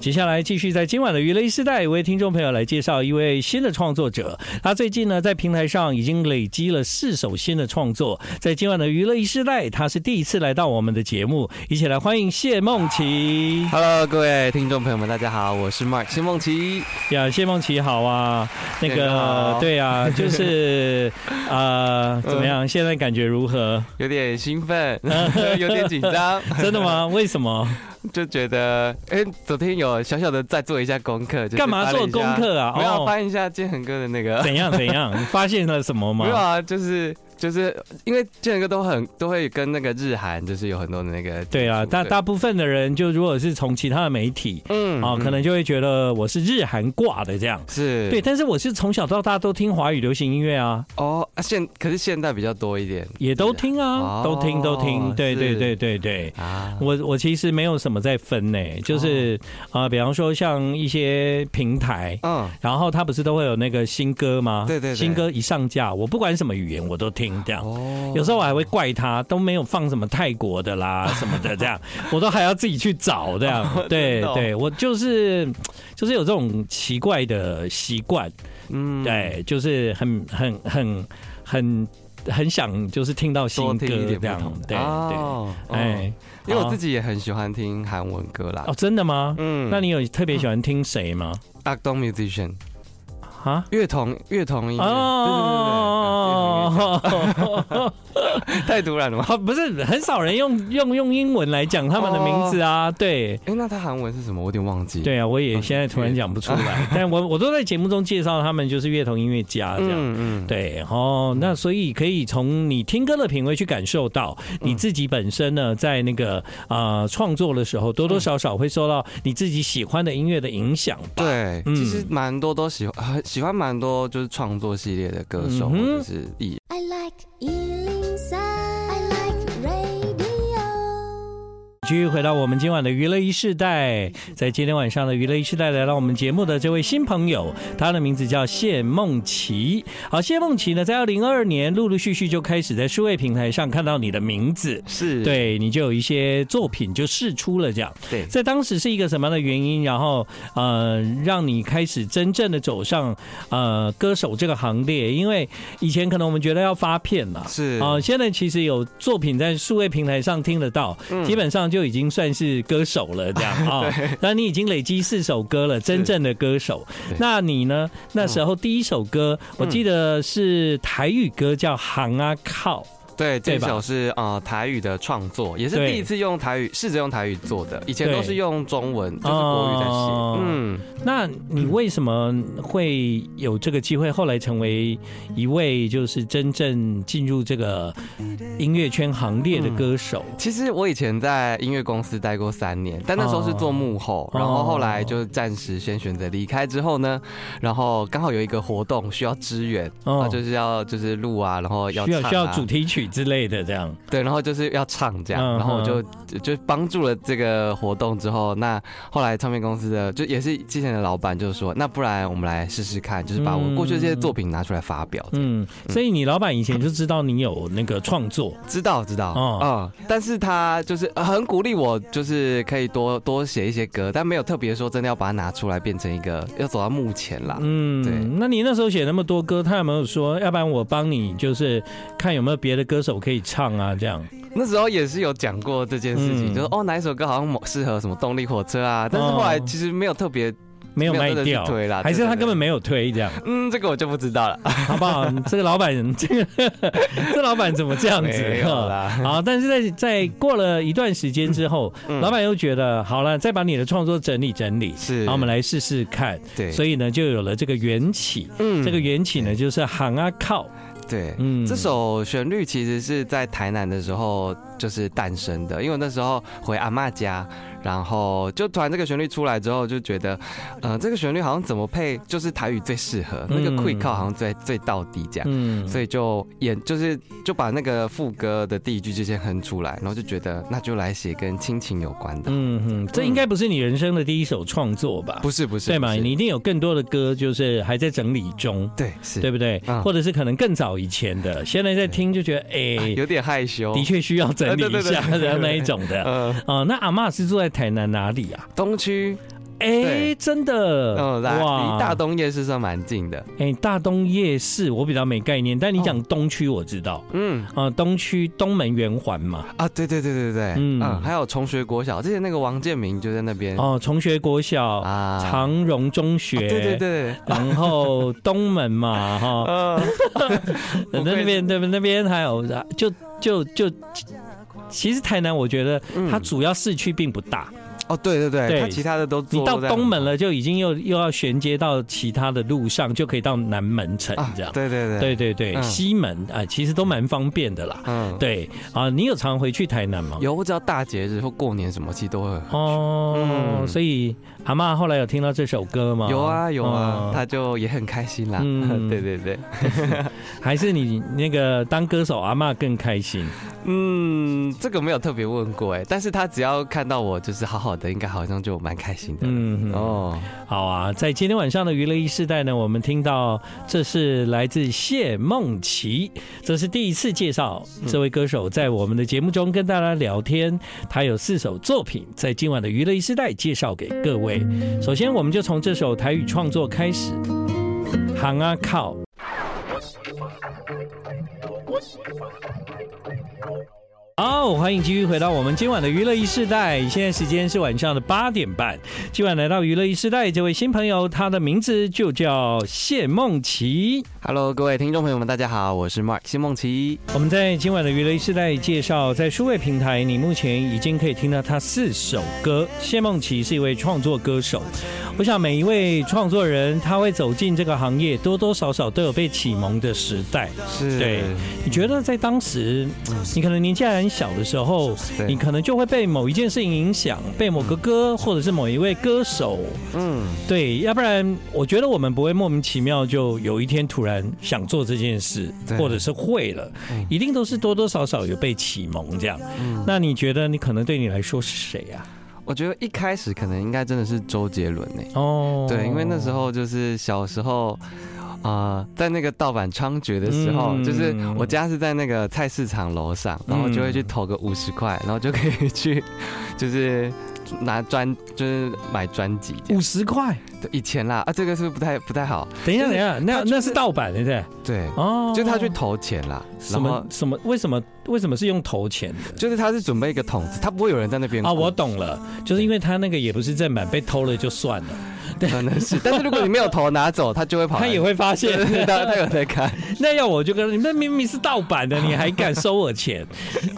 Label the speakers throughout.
Speaker 1: 接下来继续在今晚的娱乐一时代为听众朋友来介绍一位新的创作者。他最近呢在平台上已经累积了四首新的创作，在今晚的娱乐一时代，他是第一次来到我们的节目，一起来欢迎谢梦琪。
Speaker 2: Hello，各位听众朋友们，大家好，我是 Mark 谢梦琪。
Speaker 1: 呀，谢梦琪好啊，那
Speaker 2: 哎谢谢你
Speaker 1: 个
Speaker 2: 好
Speaker 1: 对啊，就是 啊、怎么样？现在感觉如何？
Speaker 2: 有点兴奋，
Speaker 1: 嗯
Speaker 2: 有点紧张，
Speaker 1: 真的吗？为什 么？
Speaker 2: 就觉得，哎、昨天有小小的再做一下功课，就是
Speaker 1: 干嘛做功课啊
Speaker 2: 翻了一下没有
Speaker 1: 哦
Speaker 2: 啊翻一下建恒哥的那 个，
Speaker 1: 怎样怎样？你发现了什么
Speaker 2: 没有
Speaker 1: 吗？
Speaker 2: 啊，就是就是因为建恒哥都很都会跟那个日韩，就是有很多的那个，
Speaker 1: 对啊，大大部分的人就如果是从其他的媒体
Speaker 2: 嗯
Speaker 1: 啊、可能就会觉得我是日韩挂的这样。
Speaker 2: 是
Speaker 1: 对，但是我是从小到大都听华语流行音乐啊，
Speaker 2: 哦，啊现可是现代比较多一点
Speaker 1: 也都听啊，
Speaker 2: 哦
Speaker 1: 都听都听，对对
Speaker 2: 是
Speaker 1: 对对对。
Speaker 2: 啊，
Speaker 1: 我我其实没有什么在分呢、就是
Speaker 2: 哦
Speaker 1: 啊、比方说像一些平台，
Speaker 2: 嗯，
Speaker 1: 然后它不是都会有那个新歌吗？
Speaker 2: 对对对
Speaker 1: 新歌一上架，我不管什么语言我都听这样。
Speaker 2: 哦
Speaker 1: 有时候我还会怪他都没有放什么泰国的啦 什么的，这样我都还要自己去找这样。对
Speaker 2: 真的哦
Speaker 1: 对，我就是就是有这种奇怪的习惯，
Speaker 2: 嗯，
Speaker 1: 对，就是很很很很很想就是听到新
Speaker 2: 多
Speaker 1: 歌
Speaker 2: 听一点
Speaker 1: 这
Speaker 2: 不
Speaker 1: 样
Speaker 2: 同的，，
Speaker 1: 对对，
Speaker 2: 哦，哦
Speaker 1: 哎，
Speaker 2: 因为我自
Speaker 1: 己
Speaker 2: 己也很喜欢听韩文歌啦
Speaker 1: 哦，。真的吗？
Speaker 2: 嗯
Speaker 1: 那你有特别喜欢听谁吗？
Speaker 2: Acton Musician
Speaker 1: 啊？
Speaker 2: 乐童乐童音乐，
Speaker 1: 哦
Speaker 2: 对对对对嗯乐童音乐，太突然了吧？
Speaker 1: 好，不是很少人用用用英文来讲他们的名字啊，对。
Speaker 2: 哎，那他韩文是什么？我有点忘记。，
Speaker 1: 对啊，我也
Speaker 2: 嗯
Speaker 1: 现在突然讲不出来， 但我我都在节目中介绍他们就是乐童音乐家这样。
Speaker 2: 嗯嗯，
Speaker 1: 对哦，那所以可以从你听歌的品味去感受到
Speaker 2: 嗯
Speaker 1: 你自己本身呢，在那个啊创作的时候，多
Speaker 2: 嗯
Speaker 1: 多少少会受到你自己喜欢的音乐的影响吧。
Speaker 2: 对，
Speaker 1: 嗯
Speaker 2: 其实蛮多都喜欢，很喜欢蛮多就是创作系列的歌手
Speaker 1: 嗯
Speaker 2: 或
Speaker 1: 哼
Speaker 2: 者是艺人。
Speaker 3: I like Ealing Sound. I like radio.
Speaker 1: 继续回到我们今晚的娱乐一世代，在今天晚上的娱乐一世代，来到我们节目的这位新朋友，他的名字叫谢梦琪。好，谢梦琪呢，在二零二二年陆陆续续就开始在数位平台上看到你的名字，
Speaker 2: 是，
Speaker 1: 对你就有一些作品就试出了这样。
Speaker 2: 对
Speaker 1: 在当时是一个什么样的原因，然后呃，让你开始真正的走上呃歌手这个行列？因为以前可能我们觉得要发片啦。
Speaker 2: 是
Speaker 1: 啊、现在其实有作品在数位平台上听得到，
Speaker 2: 嗯
Speaker 1: 基本上就已经算是歌手了，这样 啊。那、你已经累积四首歌了，真正的歌手
Speaker 2: 对。
Speaker 1: 那你呢？那时
Speaker 2: 嗯
Speaker 1: 候第一首歌，我记得是台语歌，叫《行啊靠》。
Speaker 2: 对，
Speaker 1: 对
Speaker 2: 这
Speaker 1: 吧
Speaker 2: 首是呃台语的创作，也是
Speaker 1: 对
Speaker 2: 第一次用台语，试着用台语做的，以前
Speaker 1: 对
Speaker 2: 都是用中文，就是国语在
Speaker 1: 哦
Speaker 2: 写。嗯，
Speaker 1: 那你为什么会有这个机会，后来成为一位就是真正进入这个音乐圈行列的歌手？
Speaker 2: 其实我以前在音乐公司待过三年，但那时候是做幕后，
Speaker 1: 哦
Speaker 2: 然后后来就暂时先选择离开。之后呢，然后刚好有一个活动需要支援，
Speaker 1: 哦
Speaker 2: 啊，就是要就是录啊，然后要
Speaker 1: 需要
Speaker 2: 唱啊
Speaker 1: 需要主题曲之类的这样。
Speaker 2: 对，然后就是要唱这样，
Speaker 1: 嗯
Speaker 2: 然后我就就就帮助了这个活动之后，那后来唱片公司的就也是之前的老板就说，那不然我们来试试看，就是把我
Speaker 1: 嗯
Speaker 2: 过去的这些作品拿出来发表。
Speaker 1: 嗯，所以你老板以前就知道你有那个创作，
Speaker 2: 知道知道，
Speaker 1: 哦
Speaker 2: 嗯，但是他就是呃很鼓励我，就是可以多多写一些歌，但没有特别说真的要把它拿出来变成一个要走到幕前啦。
Speaker 1: 嗯，
Speaker 2: 啊对
Speaker 1: 那你那时候写那么多歌，他有没有说，哎要不然我帮你，就是看有没有别的歌手可以唱啊？这样，
Speaker 2: 那时候也是有讲过这件事
Speaker 1: 嗯
Speaker 2: 情，就是哦哪一首歌好像某适合什么动力火车啊，但是后
Speaker 1: 哦
Speaker 2: 来其实没有特别，
Speaker 1: 没有
Speaker 2: 没有
Speaker 1: 卖
Speaker 2: 真的去
Speaker 1: 掉，
Speaker 2: 推啦
Speaker 1: 还是
Speaker 2: 对对
Speaker 1: 他
Speaker 2: 对
Speaker 1: 根本没有推这样，
Speaker 2: 嗯，这个我就不知道了，
Speaker 1: 好不 好？这个老板，这个 这老板怎么这样子？
Speaker 2: 没有啦。
Speaker 1: 好，但是在在过了一段时间之后，
Speaker 2: 嗯
Speaker 1: 老板又觉得好了，再把你的创作整理整理，
Speaker 2: 是，
Speaker 1: 然后我们来试试看。
Speaker 2: 对，
Speaker 1: 所以呢，就有了这个缘起。
Speaker 2: 嗯
Speaker 1: 这个缘起呢，就是行啊靠，
Speaker 2: 对，
Speaker 1: 嗯
Speaker 2: 这首旋律其实是在台南的时候就是诞生的，因为我那时候回阿嬷家，然后就突然这个旋律出来之后，就觉得，呃，这个旋律好像怎么配就是台语最适合，
Speaker 1: 嗯
Speaker 2: 那个 quick call 好像最最到底这样。
Speaker 1: 嗯，
Speaker 2: 所以就演就是就把那个副歌的第一句就先哼出来，然后就觉得那就来写跟亲情有关的，
Speaker 1: 嗯哼，这应该不是你人生的第一首创作吧？
Speaker 2: 不是不是
Speaker 1: 对嘛？
Speaker 2: 不是
Speaker 1: 你一定有更多的歌，就是还在整理中，
Speaker 2: 对是
Speaker 1: 对不对？
Speaker 2: 嗯
Speaker 1: 或者是可能更早以前的，现在在听就觉得，哎，
Speaker 2: 啊有点害羞
Speaker 1: 的，确需要整理
Speaker 2: 呃对
Speaker 1: 一
Speaker 2: 对对嗯
Speaker 1: 下
Speaker 2: 对对
Speaker 1: 的那一种的。
Speaker 2: 呃，
Speaker 1: 哦，那阿嬷是住在台南哪里啊？
Speaker 2: 东区
Speaker 1: 哎，
Speaker 2: 对
Speaker 1: 真的，
Speaker 2: 嗯，来，离大东夜市算蛮近的。
Speaker 1: 哎，大东夜市我比较没概念，但你
Speaker 2: 哦
Speaker 1: 讲东区我知道，
Speaker 2: 嗯，
Speaker 1: 啊、东区东门圆环嘛，
Speaker 2: 啊，对对对对对，
Speaker 1: 嗯
Speaker 2: 嗯，还有重学国小，之前那个王建民就在那边
Speaker 1: 哦，崇学国小、
Speaker 2: 啊
Speaker 1: 长荣中学、
Speaker 2: 对对对，
Speaker 1: 然后东门嘛， 哈，
Speaker 2: 呃，
Speaker 1: 那
Speaker 2: 不愧是
Speaker 1: 那边那边那边还有，就就就，其实台南我觉得
Speaker 2: 嗯
Speaker 1: 它主要市区并不大，
Speaker 2: 哦，对对对，
Speaker 1: 对
Speaker 2: 他其他的都坐
Speaker 1: 你到
Speaker 2: 落在
Speaker 1: 东门了就已经又又要衔接到其他的路上，就可以到南门城
Speaker 2: 啊，
Speaker 1: 这样。
Speaker 2: 对对对，
Speaker 1: 对对对，
Speaker 2: 嗯
Speaker 1: 西门啊、其实都蛮方便的啦。
Speaker 2: 嗯，
Speaker 1: 对啊，你有常回去台南吗？
Speaker 2: 有，我只要大节日或过年什么，其实都会。
Speaker 1: 哦，
Speaker 2: 嗯
Speaker 1: 所以阿嬷后来有听到这首歌吗？
Speaker 2: 有啊有啊
Speaker 1: 哦，
Speaker 2: 他就也很开心啦。
Speaker 1: 嗯
Speaker 2: 对对对，
Speaker 1: 还是你那个当歌手阿嬷更开心。
Speaker 2: 嗯，这个没有特别问过哎，但是他只要看到我就是好好的，应该好像就蛮开心的。
Speaker 1: 嗯，哦，
Speaker 2: 哦，
Speaker 1: 好啊，在今天晚上的娱乐一世代呢，我们听到这是来自谢梦琪，这是第一次介绍这位歌手在我们的节目中跟大家聊天。他有四首作品，在今晚的娱乐一世代介绍给各位。首先，我们就从这首台语创作开始，《行啊靠》。好，欢迎继续回到我们今晚的娱乐一世代，现在时间是晚上的八点半。今晚来到娱乐一世代这位新朋友，他的名字就叫谢梦琪。
Speaker 2: Hello，各位听众朋友们，大家好，我是 Mark 谢梦琪。
Speaker 1: 我们在今晚的娱乐一世代介绍，在数位平台，你目前已经可以听到他四首歌。谢梦琪是一位创作歌手，我想每一位创作人，他会走进这个行业，多多少少都有被启蒙的时代。
Speaker 2: 是
Speaker 1: 对你觉得在当时，你可能年纪还很小的时候，
Speaker 2: 对
Speaker 1: 你可能就会被某一件事情影响，被某个歌或者是某一位歌手，
Speaker 2: 嗯，
Speaker 1: 对，要不然我觉得我们不会莫名其妙就有一天突然想做这件事，
Speaker 2: 对
Speaker 1: 或者是会了，
Speaker 2: 嗯
Speaker 1: 一定都是多多少少有被启蒙这样。那你觉得你可能对你来说是谁啊？
Speaker 2: 我觉得一开始可能应该真的是周杰伦呢。
Speaker 1: 哦，
Speaker 2: 对，因为那时候就是小时候。啊、在那个盗版猖獗的时候，
Speaker 1: 嗯
Speaker 2: 就是我家是在那个菜市场楼上，然后就会去投个五十块，然后就可以 去，就是拿专，就是买专辑这
Speaker 1: 五
Speaker 2: 样。
Speaker 1: 十块，
Speaker 2: 对以前啦，啊，这个是不是不太不太好？
Speaker 1: 等一下，
Speaker 2: 就
Speaker 1: 等
Speaker 2: 是
Speaker 1: 一下，那
Speaker 2: 他就是
Speaker 1: 那是盗版对不对？
Speaker 2: 对，
Speaker 1: 哦，
Speaker 2: 就是他去投钱啦，
Speaker 1: 什
Speaker 2: 然后
Speaker 1: 么什么？为什么为什么是用投钱的？
Speaker 2: 就是他是准备一个桶子，他不会有人在那边
Speaker 1: 啊，
Speaker 2: 哭
Speaker 1: 我懂了，就是因为他那个也不是正版，被偷了就算了，
Speaker 2: 可能是，但是如果你没有投拿走，他就会跑来，
Speaker 1: 他也会发
Speaker 2: 对，对
Speaker 1: 现。
Speaker 2: 对他他有在看，
Speaker 1: 那要我就跟他说你那明明是盗版的，你还敢收我 钱？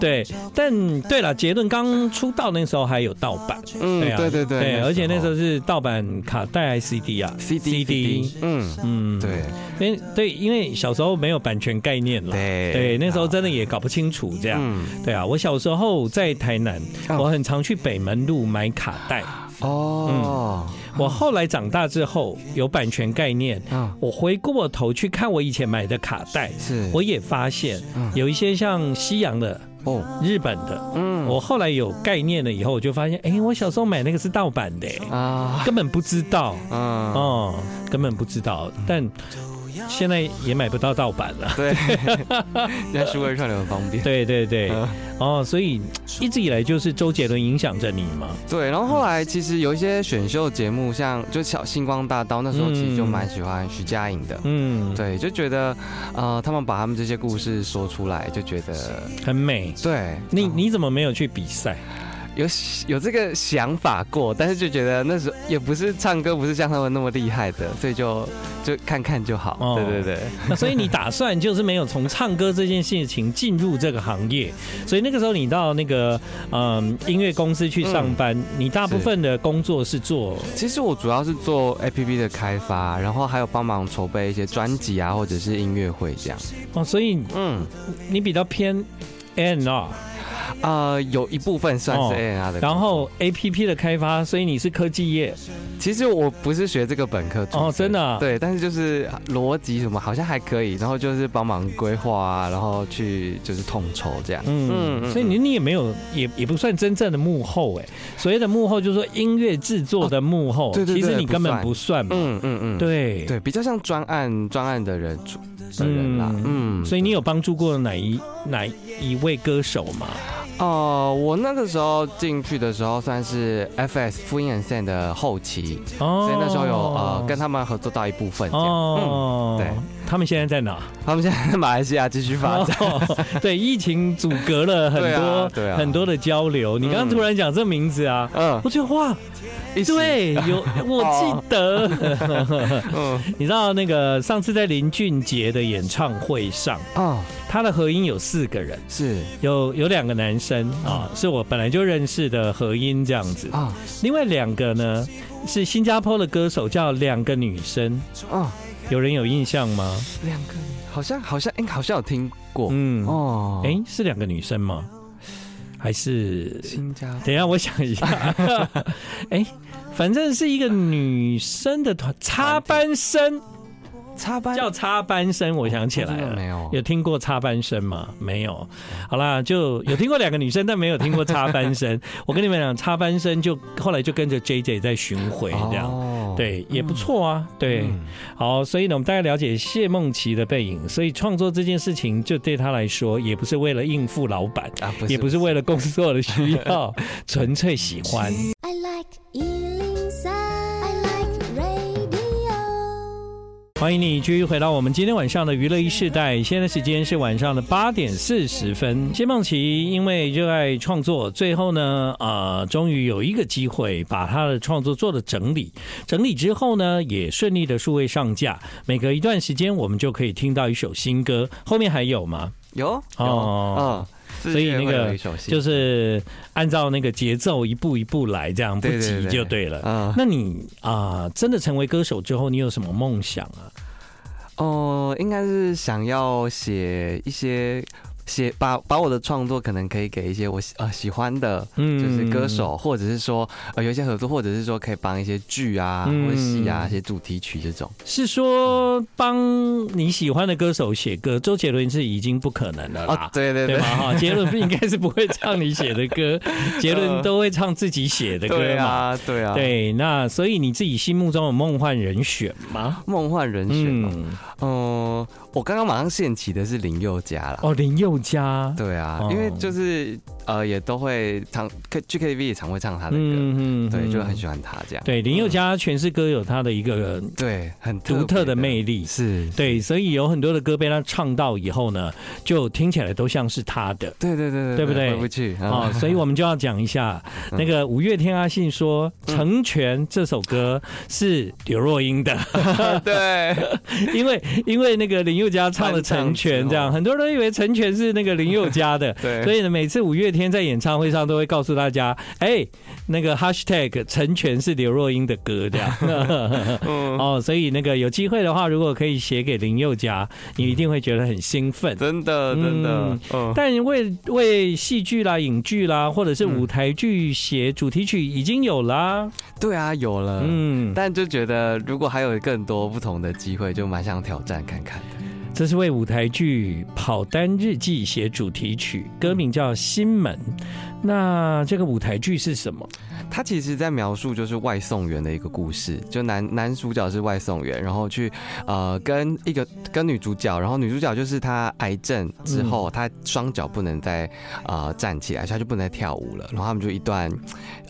Speaker 1: 对，但对了，杰伦刚出道那时候还有盗版，
Speaker 2: 嗯
Speaker 1: 对啊，
Speaker 2: 对对对，
Speaker 1: 而且那时候是盗版卡带还是 CD 啊
Speaker 2: CD CD，嗯，
Speaker 1: 嗯，
Speaker 2: 对
Speaker 1: 因为对，因为小时候没有版权概念了。
Speaker 2: 对啊
Speaker 1: 对，那时候真的也搞不清楚这样。
Speaker 2: 嗯
Speaker 1: 对啊，我小时候在台南，
Speaker 2: 哦
Speaker 1: 我很常去北门路买卡带。
Speaker 2: 啊哦，
Speaker 1: 我后来长大之后有版权概念，
Speaker 2: 嗯，
Speaker 1: 我回过头去看我以前买的卡带，
Speaker 2: 是
Speaker 1: 我也发现
Speaker 2: 嗯
Speaker 1: 有一些像西洋的、
Speaker 2: 哦，
Speaker 1: 日本的，
Speaker 2: 嗯
Speaker 1: 我后来有概念了以后，我就发现，哎，我小时候买那个是盗版的，诶
Speaker 2: 啊，
Speaker 1: 根本不知道
Speaker 2: 嗯，
Speaker 1: 哦，根本不知道，但现在也买不到盗版了。
Speaker 2: 对， 现在数位串流很方便。
Speaker 1: 对对对
Speaker 2: 嗯，
Speaker 1: 哦，所以一直以来就是周杰伦影响着你嘛。
Speaker 2: 对，然后后来其实有一些选秀节目，像就小星光大道，那时候其实就蛮喜欢徐佳莹的。
Speaker 1: 嗯，
Speaker 2: 对，就觉得，呃，他们把他们这些故事说出来，就觉得，
Speaker 1: 很美。
Speaker 2: 对，
Speaker 1: 你
Speaker 2: 嗯
Speaker 1: 你怎么没有去比赛？
Speaker 2: 有有这个想法过，但是就觉得那时候也不是唱歌，不是像他们那么厉害的，所以就就看看就好。
Speaker 1: 哦
Speaker 2: 对对对，
Speaker 1: 那所以你打算就是没有从唱歌这件事情进入这个行业，所以那个时候你到那个嗯音乐公司去上班，
Speaker 2: 嗯
Speaker 1: 你大部分的工作是做
Speaker 2: 其实我主要是做 A P P 的开发，然后还有帮忙筹备一些专辑啊，或者是音乐会这样。
Speaker 1: 哦，所以
Speaker 2: 嗯，
Speaker 1: 你比较偏 N 啊 R，
Speaker 2: 啊呃，有一部分算
Speaker 1: 哦
Speaker 2: 是 A N R 的、
Speaker 1: 然后 A P P 的开发，所以你是科技业
Speaker 2: 其实我不是学这个本科出身
Speaker 1: 哦真的啊
Speaker 2: 对，但是就是逻辑什么好像还可以，然后就是帮忙规划啊，然后去就是统筹这样。
Speaker 1: 嗯，所以你你也没有也也不算真正的幕后哎，所谓的幕后就是说音乐制作的幕后，
Speaker 2: 哦对对对
Speaker 1: 其实你根本
Speaker 2: 不
Speaker 1: 不算嘛，
Speaker 2: 嗯嗯嗯，
Speaker 1: 对。
Speaker 2: 对，比较像专案专案的人主的人啦。
Speaker 1: 嗯
Speaker 2: 嗯，
Speaker 1: 所以你有帮助过哪一哪一位歌手吗？
Speaker 2: 哦、我那个时候进去的时候算是 FS 复音 and Sand 的后期，
Speaker 1: 哦
Speaker 2: 所以那时候有呃跟他们合作到一部分这样。
Speaker 1: 哦，
Speaker 2: 对，
Speaker 1: 他们现在在哪？
Speaker 2: 他们现在在马来西亚继续发展。
Speaker 1: 哦对，疫情阻隔了很
Speaker 2: 对啊
Speaker 1: 多
Speaker 2: 对啊
Speaker 1: 很多的交流。你刚刚
Speaker 2: 嗯
Speaker 1: 突然讲这名字啊，
Speaker 2: 嗯，
Speaker 1: 我觉得哇，
Speaker 2: 一哦起，
Speaker 1: 对， 有我记得，
Speaker 2: 嗯，
Speaker 1: 你知道那个上次在林俊杰的演唱会上，
Speaker 2: 哦，
Speaker 1: 他的合音有四个人，
Speaker 2: 是
Speaker 1: 有有两个男生啊，是我本来就认识的合音这样子，
Speaker 2: 嗯啊，
Speaker 1: 另外两个呢是新加坡的歌手，叫两个女生，
Speaker 2: 哦，
Speaker 1: 有人有印象吗？
Speaker 2: 两个，好像好像，哎，好像有听过。
Speaker 1: 嗯，
Speaker 2: 哦，
Speaker 1: 哎、，是两个女生吗？还是
Speaker 2: 新加坡
Speaker 1: 等一下，我想一下。 哎、反正是一个女生的团，插班生
Speaker 2: 插班哦
Speaker 1: 叫插班生，我想起来
Speaker 2: 真的
Speaker 1: 了。
Speaker 2: 没有？
Speaker 1: 有听过插班生吗？没有。好啦，就有听过两个女生，但没有听过插班 生。我跟你们讲，插班生就后来就跟着 J J 在巡回这样。
Speaker 2: 哦，
Speaker 1: 对，也不错啊。对，
Speaker 2: 嗯
Speaker 1: 好，所以呢，我们大概了解谢梦琪的背影。所以创作这件事情，就对他来说，也不是为了应付老板，
Speaker 2: 啊，不是，
Speaker 1: 也不是为了工作的需要， 纯粹喜欢。
Speaker 3: I like Ealing Sound. I like radio.
Speaker 1: 欢迎你继续回到我们今天晚上的娱乐一世代，现在时间是晚上的八点四十分。谢梦琪因为热爱创作，最后呢，啊，终于有一个机会把她的创作做了整理，整理之后呢，也顺利的数位上架。每隔一段时间，我们就可以听到一首新歌。后面还有吗？
Speaker 2: 有
Speaker 1: 哦
Speaker 2: 哦，嗯，
Speaker 1: 所以那个就是是按照那个节奏一步一步来，这样不
Speaker 2: 对对
Speaker 1: 急
Speaker 2: 对
Speaker 1: 就对了。
Speaker 2: 嗯
Speaker 1: 那你啊、真的成为歌手之后，你有什么梦想啊？
Speaker 2: 哦，应该是想要写一些写把把我的创作可能可以给一些我喜呃喜欢的。
Speaker 1: 嗯
Speaker 2: 就是歌，手，或者是说呃有一些合作，或者是说可以帮一些剧啊、
Speaker 1: 嗯
Speaker 2: 或者戏啊写主题曲这种。
Speaker 1: 是说帮你喜欢的歌手写歌，周杰伦是已经不可能了啦。
Speaker 2: 哦，对对
Speaker 1: 对
Speaker 2: 对
Speaker 1: 吧？哈，杰伦不应该是不会唱你写的歌，杰伦都会唱自己写的歌嘛。
Speaker 2: 对啊对啊，
Speaker 1: 对，那所以你自己心目中有梦幻人选嗯吗？
Speaker 2: 梦幻人选嘛。嗯，我刚刚马上现起的是林宥嘉啦。
Speaker 1: 哦，林宥嘉，
Speaker 2: 对啊
Speaker 1: 哦，
Speaker 2: 因为就是呃也都会唱 K 去 KTV 也常会唱他的歌，
Speaker 1: 嗯嗯
Speaker 2: 对，就很
Speaker 1: 喜
Speaker 2: 喜欢他这样。
Speaker 1: 对林宥嘉诠释歌有他的一个
Speaker 2: 对，很
Speaker 1: 独特的魅力
Speaker 2: 力，是，
Speaker 1: 对，所以有很多的歌被他唱到以后呢，就听起来都像是他的。
Speaker 2: 对对对
Speaker 1: 对不对
Speaker 2: 回不 去啊，
Speaker 1: 哦，所以我们就要讲一下那个五月天阿信说，《成全》这首歌是刘若英的，
Speaker 2: 对，，
Speaker 1: 因为因为那个林宥嘉唱了《成全》，这样很多人以为《成全》是那个林宥嘉的
Speaker 2: 对
Speaker 1: 所以呢，每次五月天在演唱会上都会告诉大家，哎，那个 hashtag 成全是刘若英的歌这样。
Speaker 2: 嗯
Speaker 1: 哦，所以那个有机会的话，如果可以写给林宥嘉，你一定会觉得很兴奋。
Speaker 2: 真的真的
Speaker 1: 嗯，
Speaker 2: 嗯，
Speaker 1: 但为为戏剧啦、影剧啦，或者是舞台剧写主题曲已经有啦。
Speaker 2: 对啊，有了，嗯。
Speaker 1: 嗯，
Speaker 2: 但就觉得，如果还有更多不同的机会，就蛮想挑战看看的。
Speaker 1: 这是为舞台剧《跑单日记》写主题曲，歌名叫《心门》。那这个舞台剧是什么？
Speaker 2: 他其实在描述就是外送员的一个故事，就男男主角是外送员，然后去呃跟一个跟女主角，然后女主角就是她癌症之
Speaker 1: 嗯
Speaker 2: 后，她双脚不能再呃站起来，所以她就不能再跳舞了。然后他们就一段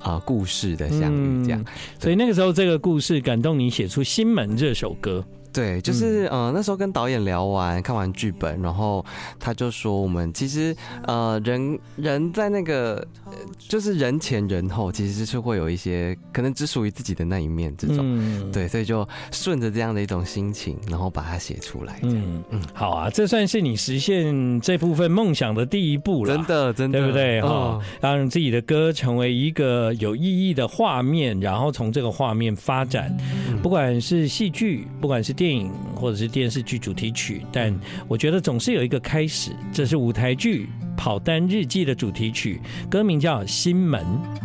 Speaker 2: 呃故事的相遇这样。
Speaker 1: 嗯所以那个时候，这个故事感动你写出《心门》这首歌。
Speaker 2: 对，就是
Speaker 1: 嗯
Speaker 2: 呃那时候跟导演聊完，看完剧本，然后他就说我们其实呃人人在那个呃就是人前人后，其实是会有一些可能只属于自己的那一面这种。
Speaker 1: 嗯，。
Speaker 2: 对，所以就顺着这样的一种心情，然后把它写出来。
Speaker 1: 嗯
Speaker 2: 嗯，
Speaker 1: 好啊，这算是你实现这部分梦想的第一步了。
Speaker 2: 真的，真的，
Speaker 1: 对不对哈
Speaker 2: 哦？
Speaker 1: 让自己的歌成为一个有意义的画面，然后从这个画面发展，
Speaker 2: 嗯
Speaker 1: 不管是戏剧，不管是电影，或者是电视剧主题曲，但我觉得总是有一个开始。这是舞台剧《跑单日记》的主题曲，歌名叫《心门》。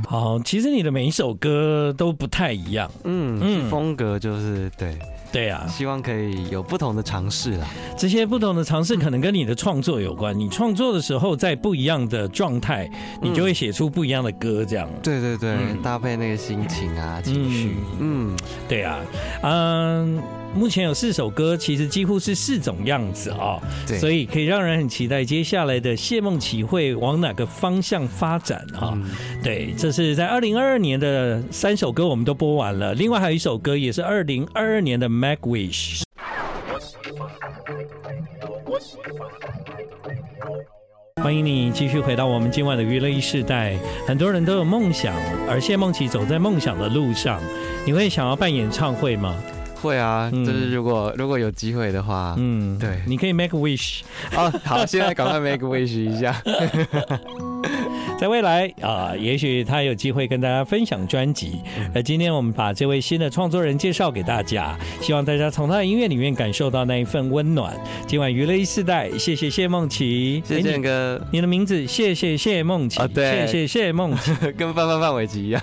Speaker 1: 好，其实你的每一首歌都不太一样，
Speaker 2: 嗯
Speaker 1: 嗯
Speaker 2: 嗯，风格就是对，
Speaker 1: 对啊，
Speaker 2: 希望可以有不同的尝试啦。
Speaker 1: 这些不同的尝试可能跟你的创作有关。你创作的时候，在不一样的状态，你就会
Speaker 2: 嗯
Speaker 1: 写出不一样的歌，这样。
Speaker 2: 对对对，
Speaker 1: 嗯
Speaker 2: 搭配那个心情啊、情绪，嗯，
Speaker 1: 对啊，嗯，目前有四首歌，其实几乎是四种样子啊、
Speaker 2: 对，
Speaker 1: 所
Speaker 2: 以
Speaker 1: 以可以让人很期待接下来的谢梦琪会往哪个方向发展啊、
Speaker 2: 嗯
Speaker 1: 对，这是在二零二二年的三首歌我们都播完了，另外还有一首歌也是二零二二年的《Mac Wish》。欢迎你继续回到我们今晚的娱乐一世代。很多人都有梦想，而谢梦琪走在梦想的路上。你会想要办演唱会吗？
Speaker 2: 会啊，
Speaker 1: 嗯
Speaker 2: 就是如果如果有机会的话，
Speaker 1: 嗯，
Speaker 2: 对
Speaker 1: 你可以 make wish。
Speaker 2: 哦，好，现在赶快 make wish 一下。
Speaker 1: 在未来啊、也许他有机会跟大家分享专辑。
Speaker 2: 嗯
Speaker 1: 而今天我们把这位新的创作人介绍给大家，希望大家从他的音乐里面感受到那一份温暖。今晚娱乐一世代，谢谢谢梦琪，
Speaker 2: 谢
Speaker 1: 哎
Speaker 2: 谢
Speaker 1: 你
Speaker 2: 哥，
Speaker 1: 你的名字谢谢谢梦琪，
Speaker 2: 啊对
Speaker 1: 谢谢谢梦琪。
Speaker 2: 跟范范范玮琪一样。